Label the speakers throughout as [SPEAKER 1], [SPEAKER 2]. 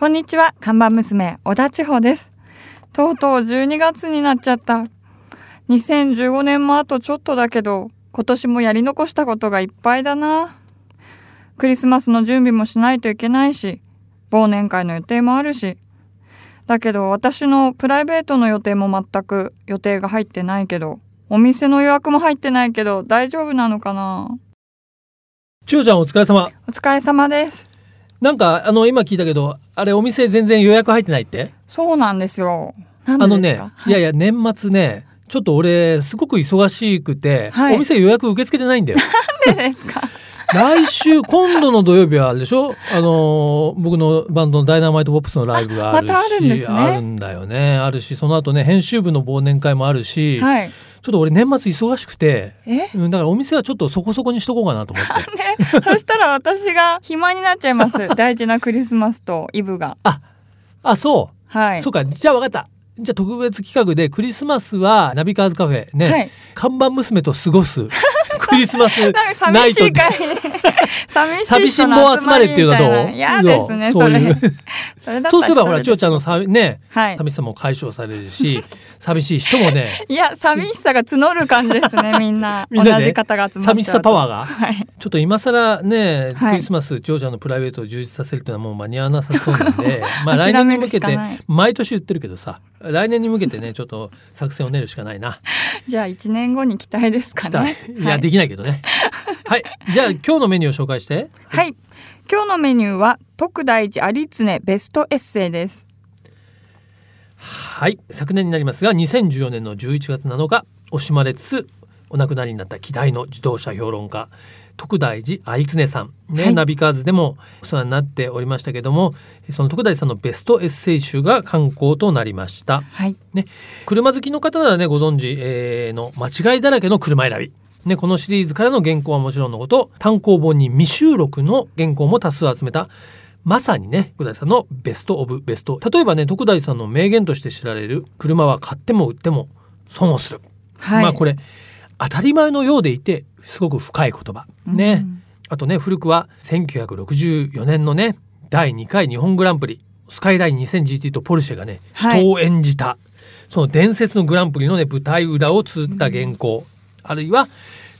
[SPEAKER 1] こんにちは、看板娘、小田千穂です。とうとう12月になっちゃった。2015年もあとちょっとだけど、今年もやり残したことがいっぱいだな。クリスマスの準備もしないといけないし、忘年会の予定もあるし。だけど私のプライベートの予定も全く予定が入ってないけど、お店の予約も入ってないけど大丈夫なのかな
[SPEAKER 2] 千代ちゃんお疲れ様。
[SPEAKER 1] お疲れ様です。
[SPEAKER 2] なんか、あの、今聞いたけど、あれお店全然予約入ってないって
[SPEAKER 1] そうなんですよ。なん
[SPEAKER 2] あの
[SPEAKER 1] でです
[SPEAKER 2] ね
[SPEAKER 1] か、
[SPEAKER 2] い、やいや、年末ね、ちょっと俺、すごく忙しくて、
[SPEAKER 1] はい
[SPEAKER 2] お店予約受け付けてないん だよ。
[SPEAKER 1] なん でですか
[SPEAKER 2] 来週、今度の土曜日はあれでしょあの、僕のバンドのダイナマイトポップスのライブがあるし、
[SPEAKER 1] あまたあるんですね
[SPEAKER 2] あるんだよね。あるし、その後ね、編集部の忘年会もあるし、
[SPEAKER 1] はい。
[SPEAKER 2] ちょっと俺年末忙しくて、
[SPEAKER 1] え
[SPEAKER 2] うん、だからお店はちょっとそこそこにしとこうかな と思って。
[SPEAKER 1] ね、そしたら私が暇になっちゃいます。 大事なクリスマスとイブが。
[SPEAKER 2] あ、そう。
[SPEAKER 1] はい。
[SPEAKER 2] そうか、じゃあ分かった。じゃあ特別企画でクリスマスはナビカーズカフェね、
[SPEAKER 1] はい。
[SPEAKER 2] 看板娘と過ごす クリスマス
[SPEAKER 1] なんか
[SPEAKER 2] ナ
[SPEAKER 1] 寂
[SPEAKER 2] イ
[SPEAKER 1] し
[SPEAKER 2] ト
[SPEAKER 1] い会。 寂しい
[SPEAKER 2] 寂しんぼ集まれっていうのはどう
[SPEAKER 1] 嫌ですね、それ。
[SPEAKER 2] いいよ そういう
[SPEAKER 1] それだったら
[SPEAKER 2] そうすればほら、
[SPEAKER 1] 一人で
[SPEAKER 2] 千代ちゃんのさね、
[SPEAKER 1] はい。
[SPEAKER 2] 寂しさも解消されるし、 寂しい 人もね、
[SPEAKER 1] いや、寂しさが募る感じです ね、みんな。
[SPEAKER 2] みんなで
[SPEAKER 1] 同じ方が集まっ
[SPEAKER 2] 寂しさパ
[SPEAKER 1] ー。
[SPEAKER 2] ワーが。
[SPEAKER 1] はい。
[SPEAKER 2] ちょっと今更ね、
[SPEAKER 1] はい
[SPEAKER 2] クリスマス、千代ちゃんのプライベートを充実させるっていうのはもう間に合わなさそうな んで、まあ
[SPEAKER 1] 諦
[SPEAKER 2] 来年
[SPEAKER 1] め
[SPEAKER 2] に
[SPEAKER 1] る
[SPEAKER 2] 向
[SPEAKER 1] し
[SPEAKER 2] け
[SPEAKER 1] か
[SPEAKER 2] て
[SPEAKER 1] ない、
[SPEAKER 2] 毎年言ってるけどさ、来年に向けてね、ちょっと作戦を練るしかないな。
[SPEAKER 1] じゃあ、一年後に期待ですか
[SPEAKER 2] 来たい
[SPEAKER 1] ね。。
[SPEAKER 2] いや、できないけど ね。はい。じゃあ今日のメニューを紹介して。
[SPEAKER 1] はい。今日のメニューは、特大寺有常ベストエッセイです。
[SPEAKER 2] はい昨年になりますが2014年の11月7日惜しまれつつお亡くなりになった希代の自動車評論家徳大寺愛常さん、ね
[SPEAKER 1] はい
[SPEAKER 2] ナビカーズでもお世話になっておりましたけどもその徳大さんのベストエッセイ集が刊行となりました、
[SPEAKER 1] はい。
[SPEAKER 2] ね、車好きの方ならねご存知、えーの間違いだらけの車選び、ね、このシリーズからの原稿はもちろんのこと単行本に未収録の原稿も多数集めたまさにね、徳大さんのベストオブベスト。例えばね、徳大さんの名言として知られる、車は買っても売っても損をする。
[SPEAKER 1] はい。
[SPEAKER 2] まあこれ、当たり前のようでいて、すごく深い言葉。ね。
[SPEAKER 1] うん
[SPEAKER 2] あとね、古くは1964年のね、第2回日本グランプリ、スカイライン 2000GT とポルシェがね、
[SPEAKER 1] はい
[SPEAKER 2] 人を演じた、その伝説のグランプリのね、舞台裏を綴った原稿、あるいは、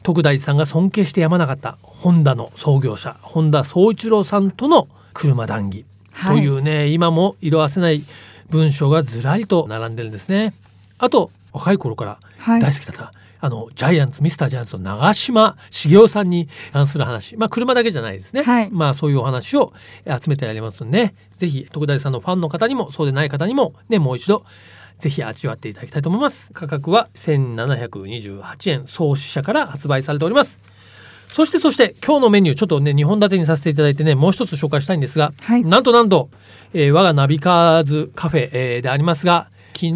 [SPEAKER 2] 徳大さんが尊敬してやまなかった、ホンダの創業者、本田宗一郎さんとの車談義
[SPEAKER 1] は
[SPEAKER 2] と
[SPEAKER 1] い
[SPEAKER 2] いうね、今も色あせない文章がずらりと並んでるんですね。あと、若い頃から
[SPEAKER 1] はい。
[SPEAKER 2] 大好きだった、あのジャイアンツミスタージャイアンツの長嶋茂雄さんに関する話まあ車だけじゃないですね、
[SPEAKER 1] はい
[SPEAKER 2] まあそういうお話をえ集めてありますんでぜひ徳大さんのファンの方にもそうでない方にもねもう一度ぜひ味わっていただきたいと思います価格は1728円創始者から発売されておりますそしてそして今日のメニューちょっとね2本立てにさせていただいてねもう一つ紹介したいんですが、
[SPEAKER 1] はい
[SPEAKER 2] なんとなんと、えー我がナビカーズカフェ、えーでありますが昨日ね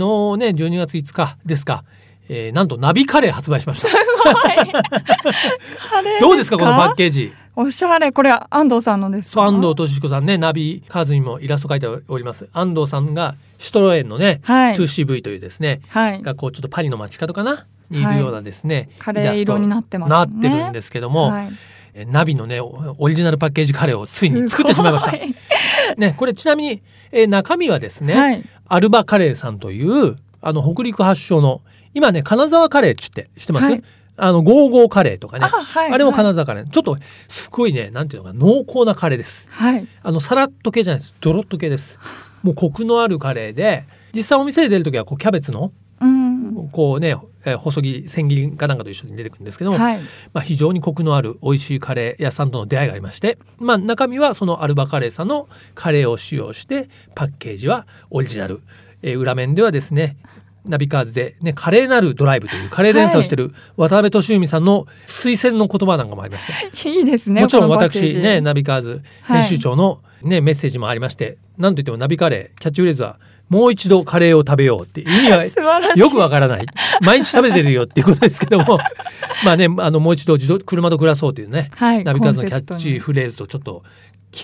[SPEAKER 2] 12月5日ですか、えーなんとナビカレー発売 しました
[SPEAKER 1] カレー
[SPEAKER 2] どうですかこのパッケージ
[SPEAKER 1] おしゃれこれ安藤さんのです
[SPEAKER 2] そ
[SPEAKER 1] か
[SPEAKER 2] う安藤俊彦さんねナビカーズにもイラスト描いております安藤さんがシトロエンのね、
[SPEAKER 1] はい
[SPEAKER 2] 2CV というですね
[SPEAKER 1] はい
[SPEAKER 2] がこうちょっとパリの街角かなにいるようなですね、
[SPEAKER 1] カレー色になってますね
[SPEAKER 2] なってるんですけども、
[SPEAKER 1] はい
[SPEAKER 2] えーナビのねおオリジナルパッケージカレーをついに作ってしまいまし
[SPEAKER 1] すご
[SPEAKER 2] た。ね、これちなみに、えー中身はですね、
[SPEAKER 1] はい
[SPEAKER 2] アルバカレーさんというあの北陸発祥の今ね金沢カレーっちって知ってます、
[SPEAKER 1] はい
[SPEAKER 2] あのゴーゴーカレーとかね
[SPEAKER 1] あはい
[SPEAKER 2] あれも
[SPEAKER 1] はい
[SPEAKER 2] 金沢カレー、ちょっとすごいねなんていうのかな濃厚なカレーです。
[SPEAKER 1] はい
[SPEAKER 2] あのさらっと系じゃないですドロッと系です。もうコクのあるカレーで実際お店で出る時はこうキャベツの
[SPEAKER 1] うん
[SPEAKER 2] こうね、えー細切り千切りかなんかと一緒に出てくるんですけども、
[SPEAKER 1] はい
[SPEAKER 2] まあ、非常にコクのある美味しいカレー屋さんとの出会いがありまして、まあ、中身はそのアルバカレーさんのカレーを使用してパッケージはオリジナル、えー裏面ではですねナビカーズで、ね「カレーなるドライブ」というカレー連鎖をしている渡辺俊美さんの推薦の言葉なんかもありまして、
[SPEAKER 1] いいですね
[SPEAKER 2] もちろん
[SPEAKER 1] このパッケー
[SPEAKER 2] 私
[SPEAKER 1] ジ
[SPEAKER 2] ねナビカーズ
[SPEAKER 1] はい
[SPEAKER 2] 編集長の、ねメッセージもありまして何といってもナビカレーキャッチフレーズは「もう一度カレーを食べよう」って意味が
[SPEAKER 1] 素晴らしい
[SPEAKER 2] よくわからない。毎日食べてるよっていうことですけども。 まあね、あの、もう一度自動、車と暮らそうというね、
[SPEAKER 1] はい
[SPEAKER 2] ナビカーズのキ
[SPEAKER 1] コ
[SPEAKER 2] ャッ
[SPEAKER 1] ンセプト
[SPEAKER 2] チ
[SPEAKER 1] に
[SPEAKER 2] フレーズとちょっと引っ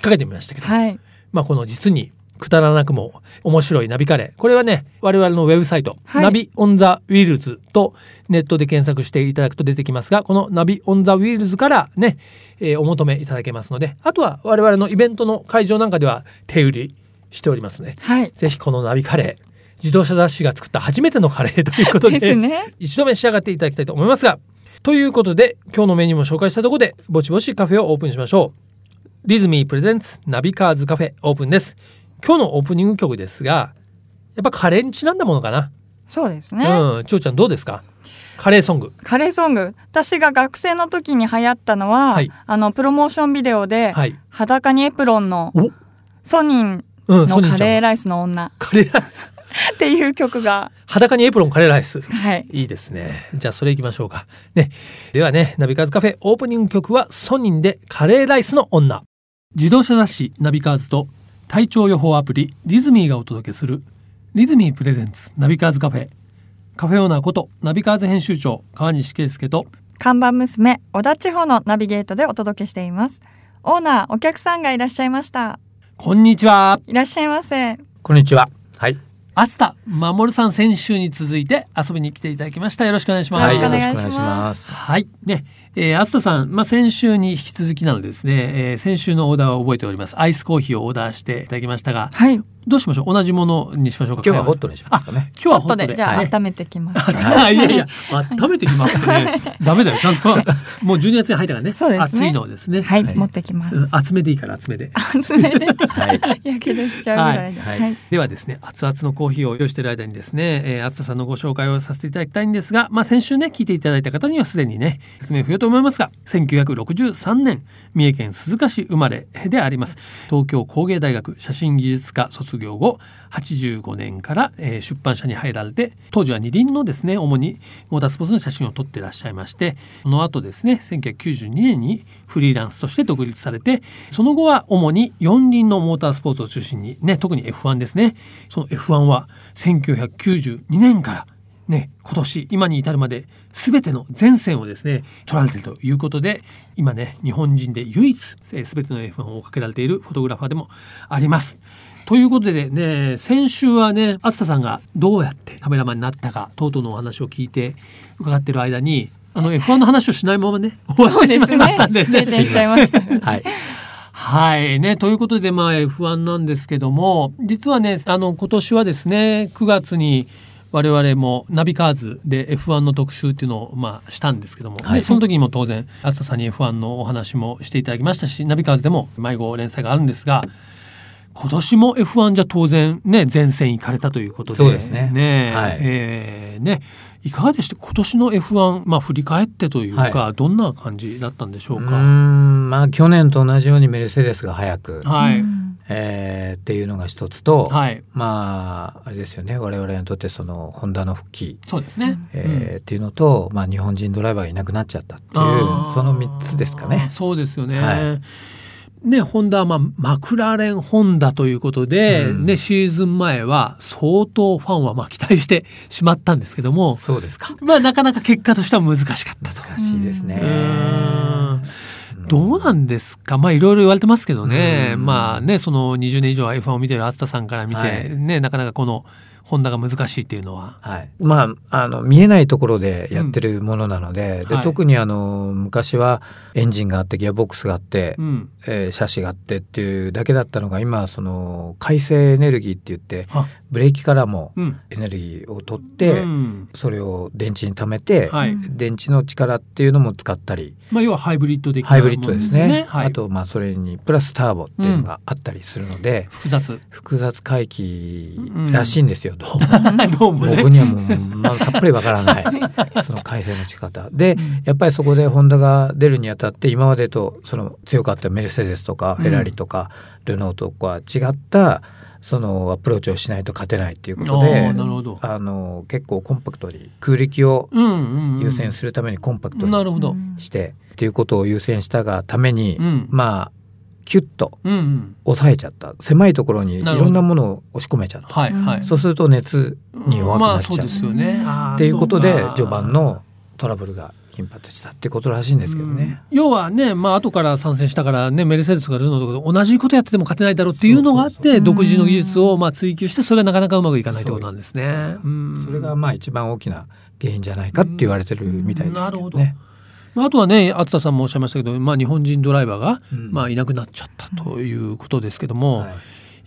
[SPEAKER 2] 掛けてみましたけど、
[SPEAKER 1] はい
[SPEAKER 2] まあこの実にくだらなくも面白いナビカレー。これはね、我々のウェブサイト、
[SPEAKER 1] はい
[SPEAKER 2] ナビオンザウィールズとネットで検索していただくと出てきますが、このナビオンザウィールズからね、えーお求めいただけますので、あとは我々のイベントの会場なんかでは手売り、しておりますね。
[SPEAKER 1] はい。
[SPEAKER 2] ぜひこのナビカレー、自動車雑誌が作った初めてのカレーということで、
[SPEAKER 1] ですね。
[SPEAKER 2] 一度召し上がっていただきたいと思いますが、ということで、今日のメニューも紹介したところで、ぼちぼちカフェをオープンしましょう。リズミープレゼンツナビカーズカフェオープンです。今日のオープニング曲ですが、やっぱカレーにちなんだものかな。
[SPEAKER 1] そうですね。
[SPEAKER 2] うん、ちょうちゃんどうですかカレーソング。
[SPEAKER 1] カレーソング私が学生の時に流行ったのは、
[SPEAKER 2] はい
[SPEAKER 1] あのプロモーションビデオで、
[SPEAKER 2] はい。
[SPEAKER 1] 裸にエプロンの
[SPEAKER 2] お
[SPEAKER 1] ソニン
[SPEAKER 2] うん、
[SPEAKER 1] の
[SPEAKER 2] ソニー
[SPEAKER 1] カ
[SPEAKER 2] ちゃん
[SPEAKER 1] レー
[SPEAKER 2] の。
[SPEAKER 1] ライスの女
[SPEAKER 2] カレーライス。
[SPEAKER 1] っていう曲が、
[SPEAKER 2] 裸にエプロンカレーライス。
[SPEAKER 1] はい、
[SPEAKER 2] いいですね。じゃあそれ行きましょうか。ね。ではね、ナビカーズカフェオープニング曲はソニンでカレーライスの女。自動車雑誌ナビカーズと体調予報アプリリズミーがお届けするリズミープレゼンツナビカーズカフェ。カフェオーナーことナビカーズ編集長川西圭介と
[SPEAKER 1] 看板娘小田地方のナビゲートでお届けしていますオーナーお客さんがいらっしゃいました
[SPEAKER 2] こんにちは。
[SPEAKER 1] いらっしゃいませ
[SPEAKER 3] こんにちは。はい。
[SPEAKER 2] アスタ守さん先週に続いて遊びに来ていただきました。よろしくお願いします。
[SPEAKER 1] よろしくお
[SPEAKER 3] は
[SPEAKER 1] 願いします
[SPEAKER 3] す。
[SPEAKER 2] はい。ね。えー、アストさん、まあ、先週に引き続きなのでですね、えー先週のオーダーを覚えております。アイスコーヒーをオーダーしていただきましたが、
[SPEAKER 1] はい
[SPEAKER 2] どうしましょう同じものにしましょうか
[SPEAKER 3] 今日はホットにしますかね。
[SPEAKER 2] 今日はホ
[SPEAKER 1] 後
[SPEAKER 2] ット
[SPEAKER 1] で
[SPEAKER 2] で。
[SPEAKER 1] じゃあ
[SPEAKER 2] はい
[SPEAKER 1] 温めてきます、
[SPEAKER 2] あいやいや、温めてきますってね。ダメだよ。ちゃんと、もう12月に入ったからね。
[SPEAKER 1] そうですね
[SPEAKER 2] 暑いのをですね。
[SPEAKER 1] はい、
[SPEAKER 3] はい
[SPEAKER 1] 持ってきます、
[SPEAKER 2] うん厚めでいいから厚めで。
[SPEAKER 1] それで
[SPEAKER 3] はい。
[SPEAKER 1] やけどしちゃうぐらいで、
[SPEAKER 3] はい
[SPEAKER 1] はい
[SPEAKER 2] ではですね熱々のコーヒーを用意している間にですね、えー、熱田さんのご紹介をさせていただきたいんですが、まあ、先週ね聞いていただいた方にはすでにね説明不要と思いますが1963年三重県鈴鹿市生まれであります東京工芸大学写真技術科卒業後85年から、えー出版社に入られて当時は二輪のですね主にモータースポーツの写真を撮ってらっしゃいましてその後ですね1992年にフリーランスとして独立されてその後は主に四輪のモータースポーツを中心にね特に F1 ですねその F1 は1992年からね今年今に至るまで全ての全線をですね取られているということで今ね日本人で唯一、えー、全ての F1 を追っかけられているフォトグラファーでもあります。ということでね先週はねあつたさんがどうやってカメラマンになったかとうとうのお話を聞いて伺ってる間にあの F1 の話をしないままね終わ
[SPEAKER 1] そ
[SPEAKER 2] っ
[SPEAKER 1] う
[SPEAKER 2] て
[SPEAKER 1] で
[SPEAKER 2] しますいましたんで
[SPEAKER 1] ね
[SPEAKER 2] ね。
[SPEAKER 1] 停電しちゃいました
[SPEAKER 3] はい。
[SPEAKER 2] はいねということでまあ F1 なんですけども実はねあの今年はですね9月に我々もナビカーズで F1 の特集っていうのをまあしたんですけども、
[SPEAKER 3] はい
[SPEAKER 2] でその時にも当然あつたさんに F1 のお話もしていただきましたしナビカーズでも迷子連載があるんですが今年も F1 じゃ当然ね前線行かれたということで
[SPEAKER 3] そうですね
[SPEAKER 2] ね,、
[SPEAKER 3] はい
[SPEAKER 2] えーねいかがでして今年の F1、まあ、振り返ってというか、
[SPEAKER 3] は
[SPEAKER 2] どんな感じだったんでしょ
[SPEAKER 3] う
[SPEAKER 2] う
[SPEAKER 3] ー
[SPEAKER 2] か。
[SPEAKER 3] ん、まあ去年と同じようにメルセデスが早く、
[SPEAKER 2] はい、
[SPEAKER 1] うん
[SPEAKER 3] えーっていうのが一つと、
[SPEAKER 2] はい
[SPEAKER 3] まああれですよね。我々にとってそのホンダの復帰。
[SPEAKER 2] そうですね。
[SPEAKER 3] えーっていうのと、まあ、日本人ドライバーがいなくなっちゃったっていう
[SPEAKER 2] あー
[SPEAKER 3] その3つですかね。
[SPEAKER 2] そうですよね。
[SPEAKER 3] は
[SPEAKER 2] ね、ホンダは、まあ、マクラーレンホンダということで、
[SPEAKER 3] うん
[SPEAKER 2] ね、シーズン前は相当ファンはまあ期待してしまったんですけども、
[SPEAKER 3] そうですか。
[SPEAKER 2] まあ、なかなか結果としては難しかったと。
[SPEAKER 3] 難しいですね
[SPEAKER 2] う。ん
[SPEAKER 3] うん
[SPEAKER 2] どうなんですかまあいろいろ言われてますけどね、
[SPEAKER 3] うん
[SPEAKER 2] まあねその20年以上 F1 を見てる熱田さんから見て、
[SPEAKER 3] はい
[SPEAKER 2] ねなかなかこのホンダが難しいっていうのは。
[SPEAKER 3] はい、まああの見えないところでやってるものなので,、
[SPEAKER 2] うん
[SPEAKER 3] で
[SPEAKER 2] はい
[SPEAKER 3] 特にあの昔はエンジンがあってギアボックスがあって、
[SPEAKER 2] うん、
[SPEAKER 3] えーシャシがあってっていうだけだったのが今はその回生エネルギーって言って
[SPEAKER 2] あ
[SPEAKER 3] ブレーキからも
[SPEAKER 2] うん、
[SPEAKER 3] エネルギーを取って、
[SPEAKER 2] うん
[SPEAKER 3] それを電池に貯めて、
[SPEAKER 2] はい
[SPEAKER 1] うん
[SPEAKER 3] 電池の力っていうのも使ったり
[SPEAKER 2] まあ、要はハイブリッド的な
[SPEAKER 3] ハイブリッドです
[SPEAKER 2] も
[SPEAKER 3] ね
[SPEAKER 2] のはい、
[SPEAKER 3] あとまあそれにプラスターボっていうのがあったりするので、
[SPEAKER 2] 複雑
[SPEAKER 3] 複雑回帰らしいんですよ、どうも。
[SPEAKER 2] どうもね
[SPEAKER 3] 僕にはもう、まあ、さっぱりわからないその改正の仕方でやっぱりそこでホンダが出るにあたって今までとその強かったメルセデスとか
[SPEAKER 2] うん
[SPEAKER 3] フェラーリとかルノーとかは違ったそのアプローチをしないと勝てないっていうこと
[SPEAKER 2] あ
[SPEAKER 3] で
[SPEAKER 2] ーなるほど。
[SPEAKER 3] あの結構コンパクトに空力を
[SPEAKER 2] うんうんうん、
[SPEAKER 3] 優先するためにコンパクト
[SPEAKER 2] な
[SPEAKER 3] に
[SPEAKER 2] るほど。
[SPEAKER 3] してっていうことを優先したがために、
[SPEAKER 2] うん。
[SPEAKER 3] まあキュッと
[SPEAKER 2] うんうん。
[SPEAKER 3] 抑えちゃった狭いところにい
[SPEAKER 2] なるほど
[SPEAKER 3] ろんなものを押し込めちゃった。
[SPEAKER 2] はいはい。
[SPEAKER 3] そうすると熱に弱くなっちゃう
[SPEAKER 2] まあそうですよね。あー
[SPEAKER 3] っていうこと
[SPEAKER 2] そ
[SPEAKER 3] で
[SPEAKER 2] か
[SPEAKER 3] 序盤のトラブルが頻発したってことらしいんですけどね。
[SPEAKER 2] うん要はね、まあ後から参戦したからね、メルセデスとかルノーとかと同じことやってても勝てないだろうっていうのがあっ
[SPEAKER 3] そうそう
[SPEAKER 1] そ
[SPEAKER 2] て、
[SPEAKER 1] う
[SPEAKER 2] 独自の技術をまあ追求して、それがなかなかうまくいかないってことなんですね。うん
[SPEAKER 3] それがまあ一番大きな原因じゃないかって言われてるみたいですけどね。
[SPEAKER 2] まああとはね、厚田さんもおっしゃいましたけど、まあ日本人ドライバーが
[SPEAKER 3] うん
[SPEAKER 2] まあいなくなっちゃったということですけども、
[SPEAKER 3] はい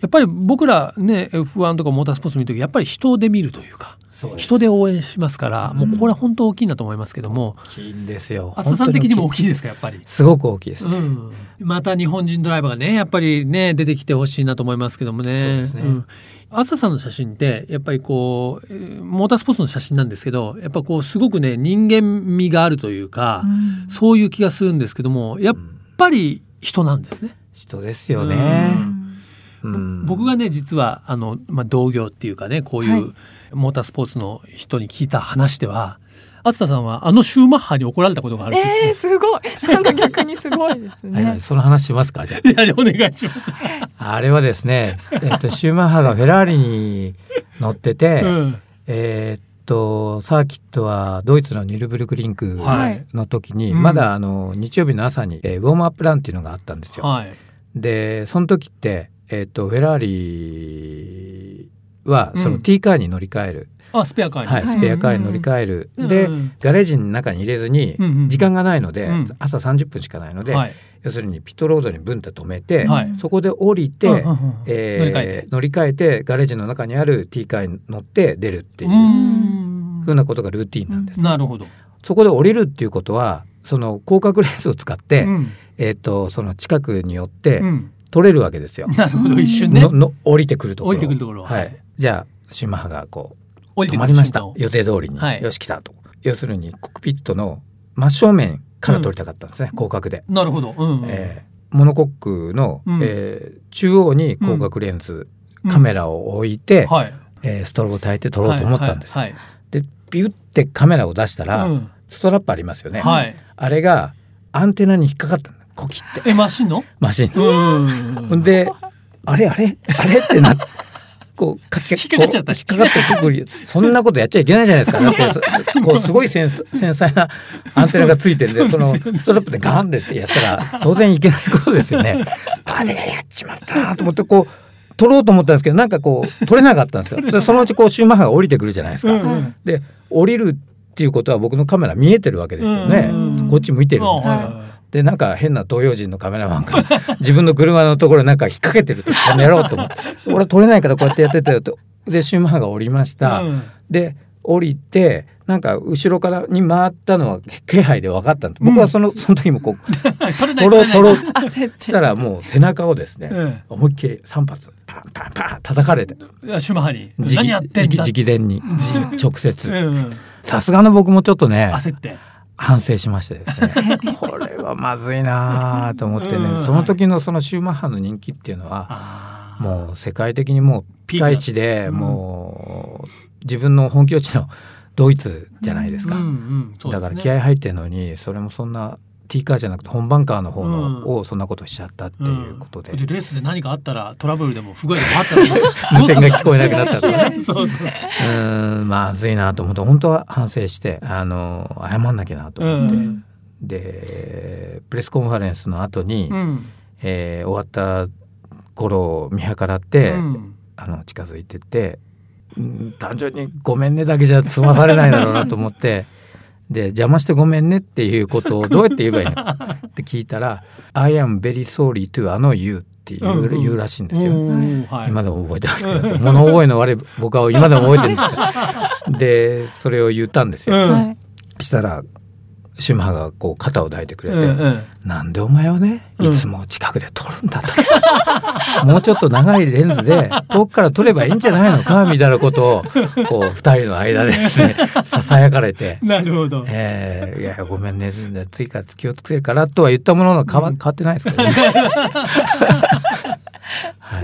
[SPEAKER 2] やっぱり僕らね F1 とかモータースポーツ見るときやっぱり人で見るというか
[SPEAKER 3] そう
[SPEAKER 2] 人で応援しますから、もうこれは本当大きいんだと思いますけども
[SPEAKER 3] 大きいんですよ。
[SPEAKER 2] 浅田さん的にも大
[SPEAKER 3] 本当大きい。
[SPEAKER 2] きいですかやっぱり。
[SPEAKER 3] すごく大きいです。
[SPEAKER 2] うん、また日本人ドライバーがねやっぱりね出てきてほしいなと思いますけどもね
[SPEAKER 3] そうですね
[SPEAKER 2] ん、朝さんの写真ってやっぱりこうえーモータースポーツの写真なんですけどやっぱこうすごくね人間味があるというか、
[SPEAKER 1] うん
[SPEAKER 2] そういう気がするんですけどもやっぱり人なんですね。
[SPEAKER 3] 人ですよ
[SPEAKER 1] う
[SPEAKER 3] ね。
[SPEAKER 1] ん
[SPEAKER 3] うん
[SPEAKER 2] 僕がね実はあの、まあ、同業っていうかねこうい
[SPEAKER 1] は
[SPEAKER 2] う
[SPEAKER 1] い
[SPEAKER 2] モータースポーツの人に聞いた話では熱田さんはあのシューマッハに怒られたことがあるって
[SPEAKER 1] えー、すごいなんか逆にすごいです
[SPEAKER 3] はいは
[SPEAKER 1] ね
[SPEAKER 3] い、。その話します かじゃ
[SPEAKER 2] いやお願いします。
[SPEAKER 3] あ。あれはですね、えっと、シューマッハがフェラーリに乗ってて、
[SPEAKER 2] うん
[SPEAKER 3] えーっと、サーキットはドイツのニュルブルクリンク
[SPEAKER 1] はい
[SPEAKER 3] の時に、
[SPEAKER 2] うん
[SPEAKER 3] まだあの日曜日の朝に、えーウォームアップランっていうのがあったんですよ。
[SPEAKER 2] はい
[SPEAKER 3] で、その時って、えーっと、フェラーリはそうの
[SPEAKER 2] ん
[SPEAKER 3] T カーに乗り換える、
[SPEAKER 2] あスペアカーに、
[SPEAKER 3] はい、
[SPEAKER 1] はい
[SPEAKER 3] スペアカーに乗り換える、で、
[SPEAKER 2] うん
[SPEAKER 3] ガレージの中に入れずに
[SPEAKER 2] うんうん
[SPEAKER 3] 時間がないので、
[SPEAKER 2] うん
[SPEAKER 3] 朝30分しかないので、
[SPEAKER 2] はい
[SPEAKER 3] 要するにピットロードにブンと止めて、
[SPEAKER 2] はい
[SPEAKER 3] そこで降りて、
[SPEAKER 2] うんうんうん
[SPEAKER 3] えー
[SPEAKER 2] 乗り換えて
[SPEAKER 3] 乗り換えてガレージの中にある T カーに乗って出るっていううんふうなことがルーティンなんです、
[SPEAKER 2] なるほど、
[SPEAKER 3] そこで降りるっていうことはその広角レースを使って、
[SPEAKER 2] うん
[SPEAKER 3] えー、とその近くによって
[SPEAKER 2] うん
[SPEAKER 3] 取れるわけですよ、
[SPEAKER 2] なるほど一瞬ね
[SPEAKER 3] のの降りてくるところ
[SPEAKER 2] 降りてくるところ
[SPEAKER 3] はい、じゃあシューマッハがこ
[SPEAKER 2] 降
[SPEAKER 3] う
[SPEAKER 2] りて
[SPEAKER 3] 止
[SPEAKER 2] く
[SPEAKER 3] ま
[SPEAKER 2] る
[SPEAKER 3] りました
[SPEAKER 2] 瞬間を
[SPEAKER 3] 予定通りに、
[SPEAKER 2] はい
[SPEAKER 3] よし来たと要するにコックピットの真正面から撮りたかったんですね、広角で、
[SPEAKER 2] なるほど、うん
[SPEAKER 3] えーモノコックの、
[SPEAKER 2] うん
[SPEAKER 3] えー中央に広角レンズ、
[SPEAKER 2] うん
[SPEAKER 3] カメラを置いて、
[SPEAKER 2] はい
[SPEAKER 3] えーストロボ焚いて撮ろうと思ったんです、
[SPEAKER 2] はいはい
[SPEAKER 3] でビュってカメラを出したら、
[SPEAKER 2] はいうん
[SPEAKER 3] ストラップありますよね、
[SPEAKER 2] はい
[SPEAKER 3] あれがアンテナに引っかかったんだコキ って
[SPEAKER 2] えマシンの
[SPEAKER 3] マシン
[SPEAKER 2] う
[SPEAKER 3] に
[SPEAKER 2] ん
[SPEAKER 3] ほんであれあれあれってなって こうかき
[SPEAKER 2] 引っかかっちゃった
[SPEAKER 3] こう引っかかってくるそんなことやっちゃいけないじゃないですかだってそこうすごい繊細繊細なアンテナがついてるんでそのストラップでガーンってってやったら当然いけないことですよねあれやっちまったなと思ってこう取ろうと思ったんですけどなんかこう取れなかったんですよでそのうちこうシューマッハが降りてくるじゃないです
[SPEAKER 2] う
[SPEAKER 3] か、
[SPEAKER 2] んうん
[SPEAKER 3] で降りるっていうことは僕のカメラ見えてるわけですよね、
[SPEAKER 2] うん
[SPEAKER 3] こっち向いてるんですよ、
[SPEAKER 2] は
[SPEAKER 3] でなんか変な東洋人のカメラマンが 自分の車のところになんか引っ掛けてるとやめろうと思って俺は撮れないからこうやってやってたよとでシューマッハが降りまし
[SPEAKER 2] い
[SPEAKER 3] た、
[SPEAKER 2] うん
[SPEAKER 3] で降りてなんか後ろからに回ったのは気配で分かったんです僕はその,、その時もこう
[SPEAKER 2] 取れない
[SPEAKER 3] 撮ろう撮ろう
[SPEAKER 1] 焦って
[SPEAKER 3] したらもう背中をですね、
[SPEAKER 2] うん
[SPEAKER 3] 思いっきり3発パンパンパン叩かれて
[SPEAKER 2] いやシュマハに
[SPEAKER 3] 直
[SPEAKER 2] 何やってんだ
[SPEAKER 3] 直直伝に直接
[SPEAKER 2] うん
[SPEAKER 3] さすがの僕もちょっとね
[SPEAKER 2] 焦って
[SPEAKER 3] 反省しましてです ねこれはまずいなあと思ってね、
[SPEAKER 2] うん
[SPEAKER 3] その時のそのシューマッハの人気っていうのは
[SPEAKER 2] あー
[SPEAKER 3] もう世界的にもうピカイチで、
[SPEAKER 2] うん
[SPEAKER 3] もう自分の本拠地のドイツじゃないですか、
[SPEAKER 2] うんうんそうで
[SPEAKER 3] だ
[SPEAKER 2] すね
[SPEAKER 3] から気合入ってるのにそれもそんな T カーじゃなくて本番カーの方の、
[SPEAKER 2] うん
[SPEAKER 3] をそんなことしちゃったっていうことで、
[SPEAKER 2] んレースで何かあったらトラブルでも不具合でもあったらいい
[SPEAKER 3] 無線が聞こえなくなったとか ね
[SPEAKER 2] そうそう
[SPEAKER 3] うーんまずいなと思って本当は反省してあの謝んなきゃなと思って、
[SPEAKER 2] うん
[SPEAKER 3] でプレスコンファレンスの後に、
[SPEAKER 2] うん
[SPEAKER 3] えー終わった頃を見計らって、
[SPEAKER 2] うん
[SPEAKER 3] あの近づいてって、うん単純に「ごめんね」だけじゃ済まされないだろうなと思って で邪魔して「ごめんね」っていうことをどうやって言えば いいのかって聞いたら「I am very sorry to あの you」って言う,、
[SPEAKER 2] うんうん
[SPEAKER 3] 言うらしいんですよ。
[SPEAKER 2] おーはい
[SPEAKER 3] 今でも覚えてますけど物覚えの悪い僕は今でも覚えてる んですよ。でそれを言ったんですよ。
[SPEAKER 2] うん
[SPEAKER 1] はい
[SPEAKER 3] したらシュマハがこう肩を抱いてくれて、
[SPEAKER 2] うんうん
[SPEAKER 3] なんでお前はね
[SPEAKER 2] うん
[SPEAKER 3] いつも近くで撮るんだと、もうちょっと 長いレンズで遠くから撮ればいいんじゃないのかみたいなことをこう二人の間でです ねささやかれて。
[SPEAKER 2] なるほど
[SPEAKER 3] えーいやごめんね追加気をつけるからとは言ったものの変わ変わってないですけどね。は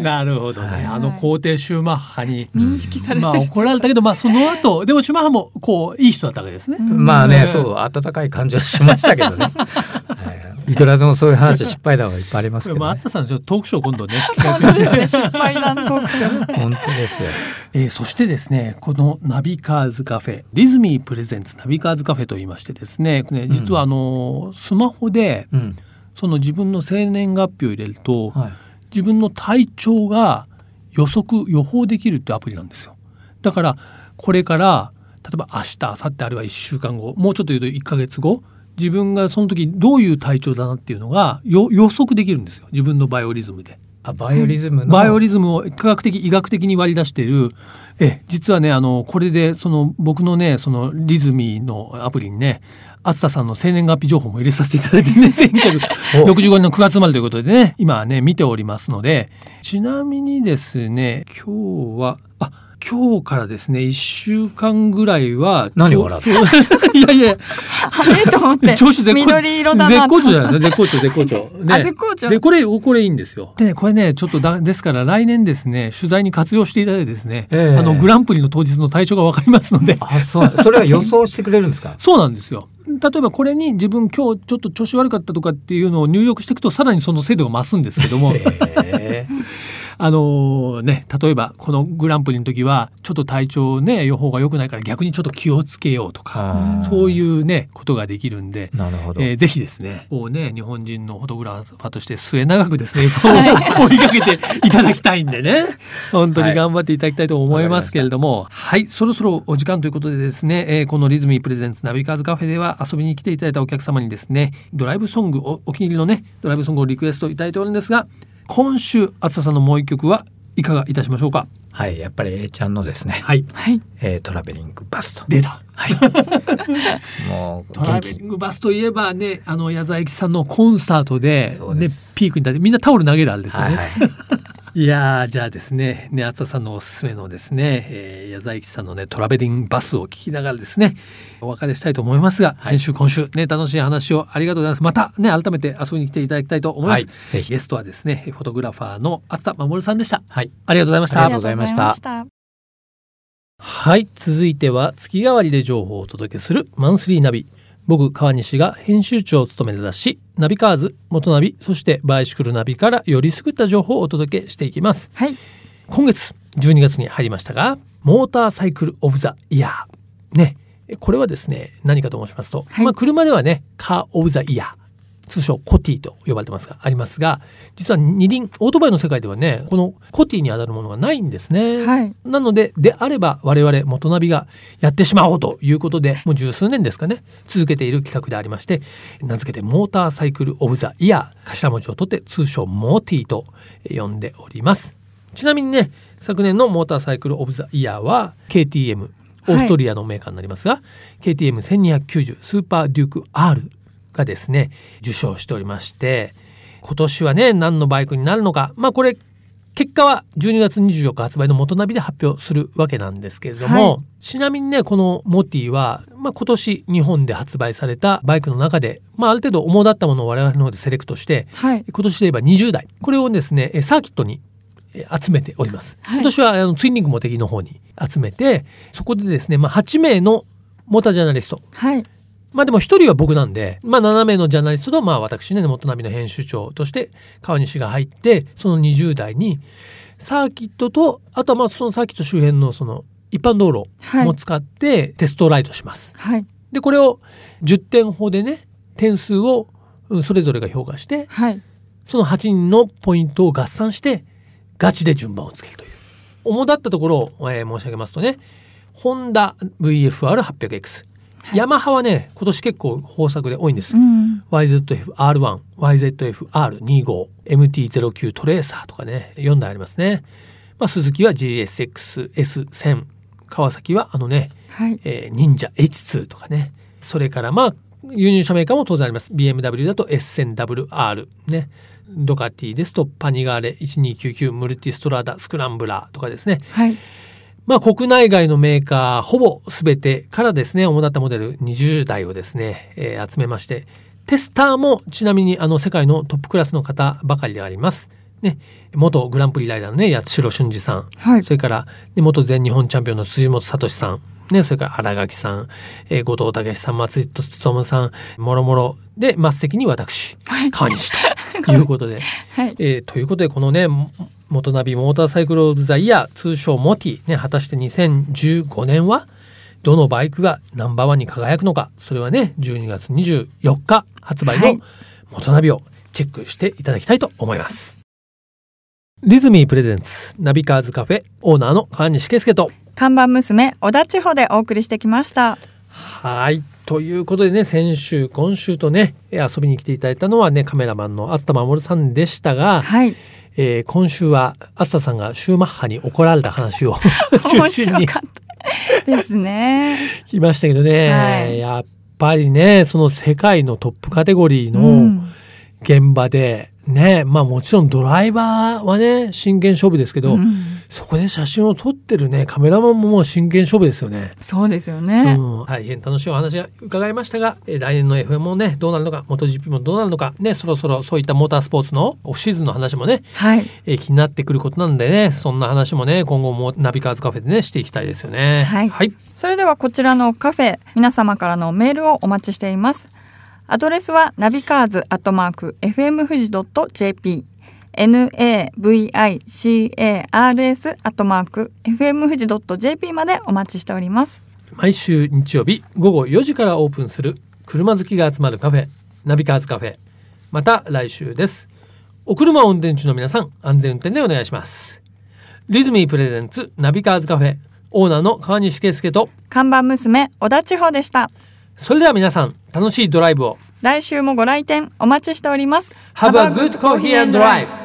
[SPEAKER 3] い、
[SPEAKER 2] なるほど
[SPEAKER 3] は
[SPEAKER 2] ね
[SPEAKER 3] い
[SPEAKER 2] あの皇帝シューマッハに
[SPEAKER 1] 認識されて
[SPEAKER 2] まあ
[SPEAKER 1] る、
[SPEAKER 2] 怒られたけどまあその 後でもシューマッハもこういい人だったわけですね
[SPEAKER 1] うん
[SPEAKER 3] まあ
[SPEAKER 2] うん
[SPEAKER 3] ねそう温かい感じはしましたけどね、はい、いくらでもそういう話失敗談はいっぱいありますけ
[SPEAKER 2] まあ
[SPEAKER 3] ど、ね
[SPEAKER 2] 厚、田さんちょっとトークショー今度ね
[SPEAKER 1] 本当ですね失敗談トーク ショー
[SPEAKER 3] 本当ですよ。
[SPEAKER 2] えーそしてですねこのナビカーズカフェリズミープレゼンツナビカーズカフェと言いましてですねね実はあの、スマホで
[SPEAKER 3] うん
[SPEAKER 2] その自分の生年月日を入れると、
[SPEAKER 3] はい
[SPEAKER 2] 自分の体調が予測予報できるっていうアプリなんですよだからこれから例えば明日明後日あるいは1週間後もうちょっと言うと1ヶ月後自分がその時どういう体調だなっていうのがよ予測できるんですよ自分のバイオリズムで。
[SPEAKER 3] あバイオリズムの
[SPEAKER 2] バイオリズムを科学的医学的に割り出しているええ実はねあのこれでその僕のねそのリズミのアプリにねあつさんの生年月日情報も入れさせていただいて ね1965年の9月生まれということでね今はね見ておりますのでちなみにですね今日はあ今日からですね1週間ぐらいは
[SPEAKER 3] 何笑
[SPEAKER 2] ちょちょいやいや
[SPEAKER 1] あれと思って
[SPEAKER 2] 調子絶好
[SPEAKER 1] 緑色だな
[SPEAKER 2] 絶好調じゃ
[SPEAKER 1] ん
[SPEAKER 2] ない絶好調絶好調 ね
[SPEAKER 1] あ絶好調
[SPEAKER 2] でこれこれいいんですよでこれねちょっとだですから来年ですね取材に活用していただいてですね、
[SPEAKER 3] ええ
[SPEAKER 2] あのグランプリの当日の体調がわかりますので
[SPEAKER 3] あそうそれは予想してくれるんで すか
[SPEAKER 2] そうなんですよ例えばこれに自分今日ちょっと調子悪かったとかっていうのを入力していくとさらにその精度が増すんですけど も
[SPEAKER 3] ええ
[SPEAKER 2] あのね例えばこのグランプリの時はちょっと体調ね予報が良くないから逆にちょっと気をつけようとか
[SPEAKER 3] あー
[SPEAKER 2] そういうねことができるんで
[SPEAKER 3] なるほど、
[SPEAKER 2] えーぜひですね、こうね、日本人のフォトグラファーとして末永くですね、こう追いかけていただきたいんでね、本当に頑張っていただきたいと思いますけれども、はい、そろそろお時間ということでですね、えーこのリズミープレゼンツナビカーズカフェでは遊びに来ていただいたお客様にですね、ドライブソングを、お気に入りのね、ドライブソングをリクエストいただいておるんですが、今週、厚田さんのもう一曲はいかがいたしましょうか
[SPEAKER 3] はいやっぱり A ちゃんのですね、
[SPEAKER 2] はい。
[SPEAKER 1] はい
[SPEAKER 3] えートラベリングバスと
[SPEAKER 2] 出た。
[SPEAKER 3] もう
[SPEAKER 2] トラ
[SPEAKER 3] 元
[SPEAKER 2] ベリ
[SPEAKER 3] 気
[SPEAKER 2] ングバスといえばね、あの矢沢駅さんのコンサートで、
[SPEAKER 3] そう
[SPEAKER 2] ね
[SPEAKER 3] で、す
[SPEAKER 2] ピークに立って、みんなタオル投げるあれですよね。
[SPEAKER 3] はいいはい
[SPEAKER 2] やー、じゃあですね、ね、厚田さんのおすすめのですね、えー、矢沢駅さんのね、トラベリングバスを聞きながらですね、お別れしたいと思いますが、先週、今週、ね、楽しい話をありがとうございます。またね、改めて遊びに来ていただきたいと思います。
[SPEAKER 3] はいぜひ
[SPEAKER 2] ゲストはですね、フォトグラファーの厚田守さんでした。
[SPEAKER 3] はい
[SPEAKER 2] ありがとうございまし
[SPEAKER 3] あ
[SPEAKER 2] た
[SPEAKER 3] りがとう。ございました
[SPEAKER 1] ありがとうございまし
[SPEAKER 2] はい続いては月替わりで情報をお届けするマンスリーナビ僕川西が編集長を務める雑誌ナビカーズ元ナビそしてバイシクルナビからよりすぐった情報をお届けしていきます
[SPEAKER 1] たはい
[SPEAKER 2] 今月12月に入りましたがモーターサイクルオブザイヤーねこれはですね何かと申しますと、
[SPEAKER 1] はい
[SPEAKER 2] まあ車ではねカーオブザイヤー通称コティと呼ばれてますがありますが実は二輪オートバイの世界ではねこのコティにあたるものがないんですね、
[SPEAKER 1] はい
[SPEAKER 2] なのでであれば我々元ナビがやってしまおうということでもう十数年ですかね続けている企画でありまして名付けてモーターサイクルオブザイヤー頭文字を取って通称モーティーと呼んでおりますちなみにね昨年のモーターサイクルオブザイヤーは KTM オーストリアのメーカーになりますが、KTM1290 スーパーデューク R がですね受賞しておりまして今年はね何のバイクになるのかまあこれ結果は12月24日発売の元ナビで発表するわけなんですけれども、
[SPEAKER 1] は
[SPEAKER 2] ちなみにねこのモティは、まあ、今年日本で発売されたバイクの中で、まあ、ある程度主だったものを我々の方でセレクトして
[SPEAKER 1] はい
[SPEAKER 2] 今年で言えば20台これをですねえサーキットにえ集めております、
[SPEAKER 1] はい
[SPEAKER 2] 今年はあのツインリングモテギの方に集めてそこでですね、まあ、8名のモータージャーナリスト
[SPEAKER 1] はい
[SPEAKER 2] まあでも一人は僕なんで、まあ7名のジャーナリストと、まあ私ね、元ナビの編集長として川西が入って、その20代に、サーキットと、あとはまあそのサーキット周辺のその一般道路
[SPEAKER 1] はい
[SPEAKER 2] も使ってテストライドします。
[SPEAKER 1] はい
[SPEAKER 2] で、これを10点法でね、点数をうんそれぞれが評価して、
[SPEAKER 1] はい
[SPEAKER 2] その8人のポイントを合算して、ガチで順番をつけるという。主だったところを、えー申し上げますとね、ホンダ VFR800X。ヤマハはね、今年結構豊作で多いんです
[SPEAKER 1] う。ん
[SPEAKER 2] YZF-R1、YZF-R25、MT-09 トレーサーとかね、4台ありますね。まあ、鈴木は GSX-S1000。川崎はあのね、
[SPEAKER 1] はい
[SPEAKER 2] えー忍者 H2 とかねそれからまあ輸入車メーカーも当然あります BMW だと S1000WR ねドカティですとパニガーレ1299ムルティストラダスクランブラーとかですね
[SPEAKER 1] はい
[SPEAKER 2] まあ国内外のメーカーほぼ全てからですね主だったモデル20台をですね、えー集めましてテスターもちなみにあの世界のトップクラスの方ばかりであります。ね、元グランプリライダーのね八代俊二さん
[SPEAKER 1] はい
[SPEAKER 2] それから、ね、元全日本チャンピオンの辻本聡さん、ね、それから新垣さん、えー後藤武さん、松井勉さん、もろもろで、末席に私、
[SPEAKER 1] はい
[SPEAKER 2] 川西ということで。
[SPEAKER 1] はい
[SPEAKER 2] えーということで、このね、も元ナビモーターサイクルオブザイヤー、通称モティ、ね、果たして2015年は、どのバイクがナンバーワンに輝くのか、それはね、12月24日発売
[SPEAKER 1] は
[SPEAKER 2] の
[SPEAKER 1] い
[SPEAKER 2] 元ナビをチェックしていただきたいと思います。リズミープレゼンツナビカーズカフェオーナーの川西圭介と
[SPEAKER 1] 看板娘小田千穂でお送りしてきました
[SPEAKER 2] はいということでね先週今週とねえ遊びに来ていただいたのはねカメラマンの厚田守さんでしたが、
[SPEAKER 1] はい
[SPEAKER 2] えー今週はあつささんがシューマッハに怒られた話を中
[SPEAKER 1] 面
[SPEAKER 2] 心
[SPEAKER 1] 白
[SPEAKER 2] に
[SPEAKER 1] かったですね。
[SPEAKER 2] 聞きましたけどね、
[SPEAKER 1] はい
[SPEAKER 2] やっぱりねその世界のトップカテゴリー
[SPEAKER 1] う
[SPEAKER 2] の
[SPEAKER 1] ん
[SPEAKER 2] 現場で、ねまあもちろんドライバーはね真剣勝負ですけど、
[SPEAKER 1] うん
[SPEAKER 2] そこで写真を撮ってるねカメラマンももう真剣勝負ですよね。
[SPEAKER 1] そうですよ
[SPEAKER 2] う
[SPEAKER 1] ね。
[SPEAKER 2] ん、大変楽しいお話が伺いましたが、えー来年の FM もねどうなるのか MotoGP もどうなるのかねそろそろそういったモータースポーツのオフシーズンの話もね、
[SPEAKER 1] はい。
[SPEAKER 2] えー気になってくることなんでねそんな話もね今後もナビカーズカフェでねしていきたいですよね。
[SPEAKER 1] はいそれではこちらのカフェ、皆様からのメールをお待ちしています。アドレスはナビカーズアットマーク FM 富士 .jp navicars アットマーク FM 富士 .jp までお待ちしております。
[SPEAKER 2] 毎週日曜日午後4時からオープンする車好きが集まるカフェナビカーズカフェまた来週ですお車を運転中の皆さん安全運転でお願いしますリズミープレゼンツナビカーズカフェオーナーの川西圭介と
[SPEAKER 1] 看板娘、小田千穂でした。
[SPEAKER 2] それでは皆さん楽しいドライブを
[SPEAKER 1] 来週もご来店お待ちしております。
[SPEAKER 2] Have a good coffee and drive